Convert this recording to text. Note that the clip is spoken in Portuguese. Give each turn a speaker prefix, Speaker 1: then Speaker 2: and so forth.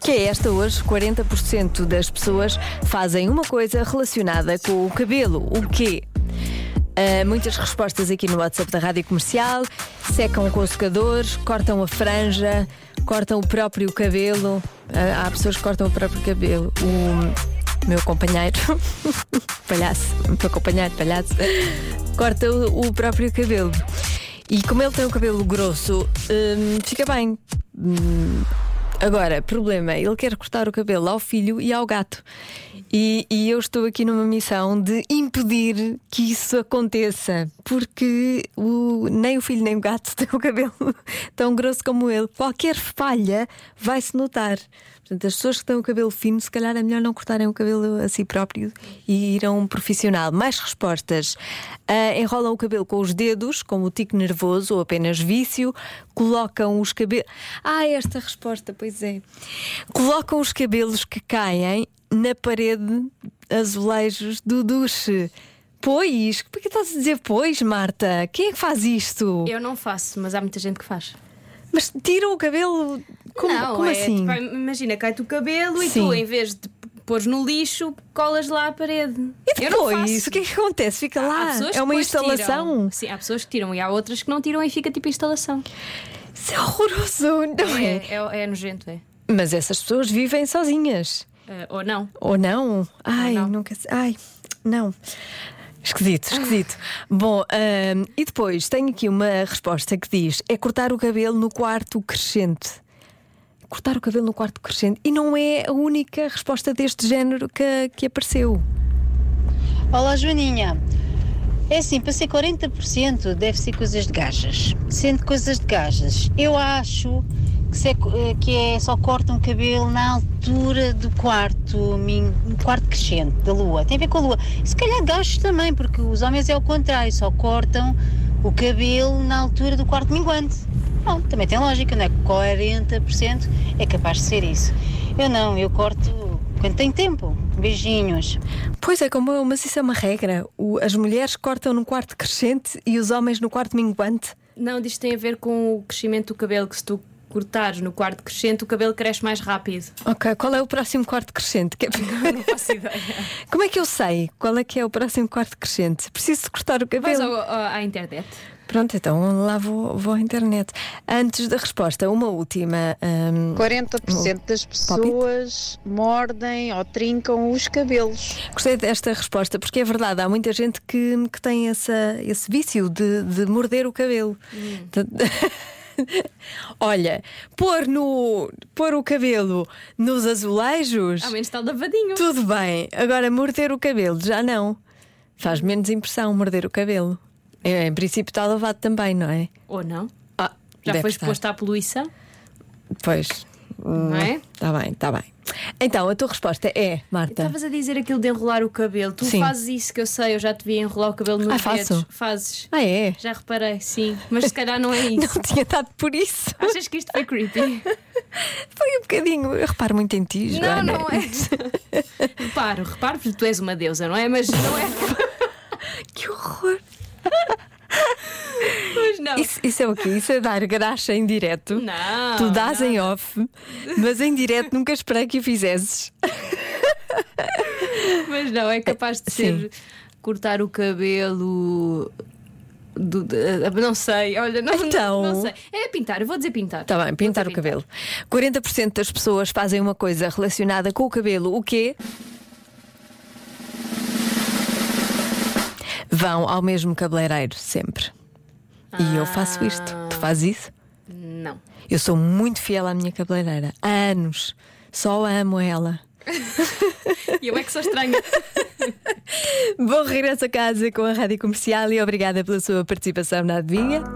Speaker 1: que é esta hoje. 40% das pessoas fazem uma coisa relacionada com o cabelo. O quê? Ah, muitas respostas aqui no WhatsApp da Rádio Comercial. Secam com o secador, cortam a franja, cortam o próprio cabelo. Ah, há pessoas que cortam o próprio cabelo. O meu companheiro, palhaço, o meu companheiro, palhaço, corta o, o próprio cabelo. E como ele tem o cabelo grosso, hum, fica bem. Hum, agora, problema, ele quer cortar o cabelo ao filho e ao gato. E, e eu estou aqui numa missão de impedir que isso aconteça, porque o- nem o filho nem o gato têm o cabelo tão grosso como ele. Qualquer falha vai se notar. Portanto, as pessoas que têm o cabelo fino, se calhar é melhor não cortarem o cabelo a si próprio e ir a um profissional. Mais respostas. Ah, enrolam o cabelo com os dedos, como o tique nervoso ou apenas vício. Colocam os cabelos. Ah, esta resposta, pois é. Colocam os cabelos que caem na parede azulejos do duche. Pois, por que estás a dizer pois, Marta? Quem é que faz isto?
Speaker 2: Eu não faço, mas há muita gente que faz.
Speaker 1: Mas tiram o cabelo. Como,
Speaker 2: não,
Speaker 1: como
Speaker 2: é,
Speaker 1: assim?
Speaker 2: tipo, imagina, cai-te o cabelo e
Speaker 1: Sim.
Speaker 2: tu, em vez de p- pôres no lixo, colas lá à parede.
Speaker 1: E
Speaker 2: Eu não
Speaker 1: depois,
Speaker 2: faço.
Speaker 1: o que é que acontece? Fica
Speaker 2: Há
Speaker 1: lá,
Speaker 2: pessoas
Speaker 1: é
Speaker 2: que
Speaker 1: uma
Speaker 2: depois
Speaker 1: instalação.
Speaker 2: tiram. Sim, há pessoas que tiram e há outras que não tiram e fica tipo instalação.
Speaker 1: Isso é horroroso, não é?
Speaker 2: É, é, é nojento, é.
Speaker 1: Mas essas pessoas vivem sozinhas.
Speaker 2: Eh, ou não.
Speaker 1: Ou não? Ai,
Speaker 2: não.
Speaker 1: nunca se. Ai, não. Esquisito, esquisito. Bom, hum, e depois tenho aqui uma resposta que diz: é cortar o cabelo no quarto crescente. Cortar o cabelo no quarto crescente. E não é a única resposta deste género que, que apareceu.
Speaker 3: Olá, Joaninha. É assim, para ser 40% deve ser coisas de gajas. Sendo coisas de gajas, eu acho que, se é, co- eh, que é só cortam o cabelo na altura do quarto, min- quarto crescente da lua. Tem a ver com a lua. Se calhar gajos também, porque os homens é o contrário, só cortam o cabelo na altura do quarto minguante. Bom, também tem lógica, não é? 40% é capaz de ser isso. Eu não, eu corto quando tenho tempo. Beijinhos.
Speaker 1: Pois é, como eu, mas isso é uma regra. O- as mulheres cortam no quarto crescente e os homens no quarto minguante.
Speaker 2: Não, diz que tem a ver com o crescimento do cabelo, que se tu cortares no quarto crescente, o cabelo cresce mais rápido.
Speaker 1: Ok, qual é o próximo quarto crescente? Que- é
Speaker 2: Não faço ideia.
Speaker 1: Como é que eu sei qual é que é o próximo quarto crescente? Preciso de cortar o
Speaker 2: Vais
Speaker 1: cabelo.
Speaker 2: ao- ao- à internet.
Speaker 1: Pronto, então lá vou, vou à internet. Antes da resposta, uma última. hum,
Speaker 4: 40% das pessoas mordem ou trincam os cabelos.
Speaker 1: gostei desta resposta, porque é verdade, há muita gente que, que tem essa, esse vício de, de morder o cabelo.
Speaker 2: Hum.
Speaker 1: Olha, pôr, no, pôr o cabelo nos azulejos,
Speaker 2: Ao menos está lavadinho.
Speaker 1: tudo bem. Agora, morder o cabelo, já não. Faz menos impressão morder o cabelo. É, em princípio, está lavado também, não é?
Speaker 2: Ou não.
Speaker 1: Ah,
Speaker 2: Já
Speaker 1: deve
Speaker 2: foi
Speaker 1: estar.
Speaker 2: exposto à poluição,
Speaker 1: Pois.
Speaker 2: não é?
Speaker 1: Está bem, está bem. Então, a tua resposta é, Marta.
Speaker 2: Estavas a dizer aquilo de enrolar o cabelo. Tu
Speaker 1: Sim.
Speaker 2: fazes isso que eu sei, eu já te vi enrolar o cabelo nos
Speaker 1: Ah, faço?
Speaker 2: dedos. Fazes.
Speaker 1: Ah, é?
Speaker 2: Já reparei, sim. Mas se calhar não é isso.
Speaker 1: Não tinha dado por isso.
Speaker 2: Achas que isto foi creepy?
Speaker 1: Foi um bocadinho. Eu reparo muito em ti,
Speaker 2: não,
Speaker 1: Joana.
Speaker 2: não é. reparo, reparo, porque tu és uma deusa, não é? Mas não é.
Speaker 1: Que horror.
Speaker 2: Mas não.
Speaker 1: Isso, isso é o quê? Isso é dar graxa em direto.
Speaker 2: Não.
Speaker 1: tu dás em off, mas em direto nunca esperei que o fizesses.
Speaker 2: não, Mas não, é capaz de ser cortar o cabelo. Do, de- não sei, olha, não,
Speaker 1: Então.
Speaker 2: não sei. É pintar, eu vou dizer pintar.
Speaker 1: Está Tá bem, pintar o
Speaker 2: Vou dizer
Speaker 1: cabelo. 40% das pessoas fazem uma coisa relacionada com o cabelo. O quê? Vão ao mesmo cabeleireiro, sempre. E eu faço isto. Tu fazes isso?
Speaker 2: Não.
Speaker 1: Eu sou muito fiel à minha cabeleireira. Há anos. Só amo ela.
Speaker 2: E eu é que sou estranha.
Speaker 1: Vou rir essa casa com a rádio comercial e obrigada pela sua participação na adivinha.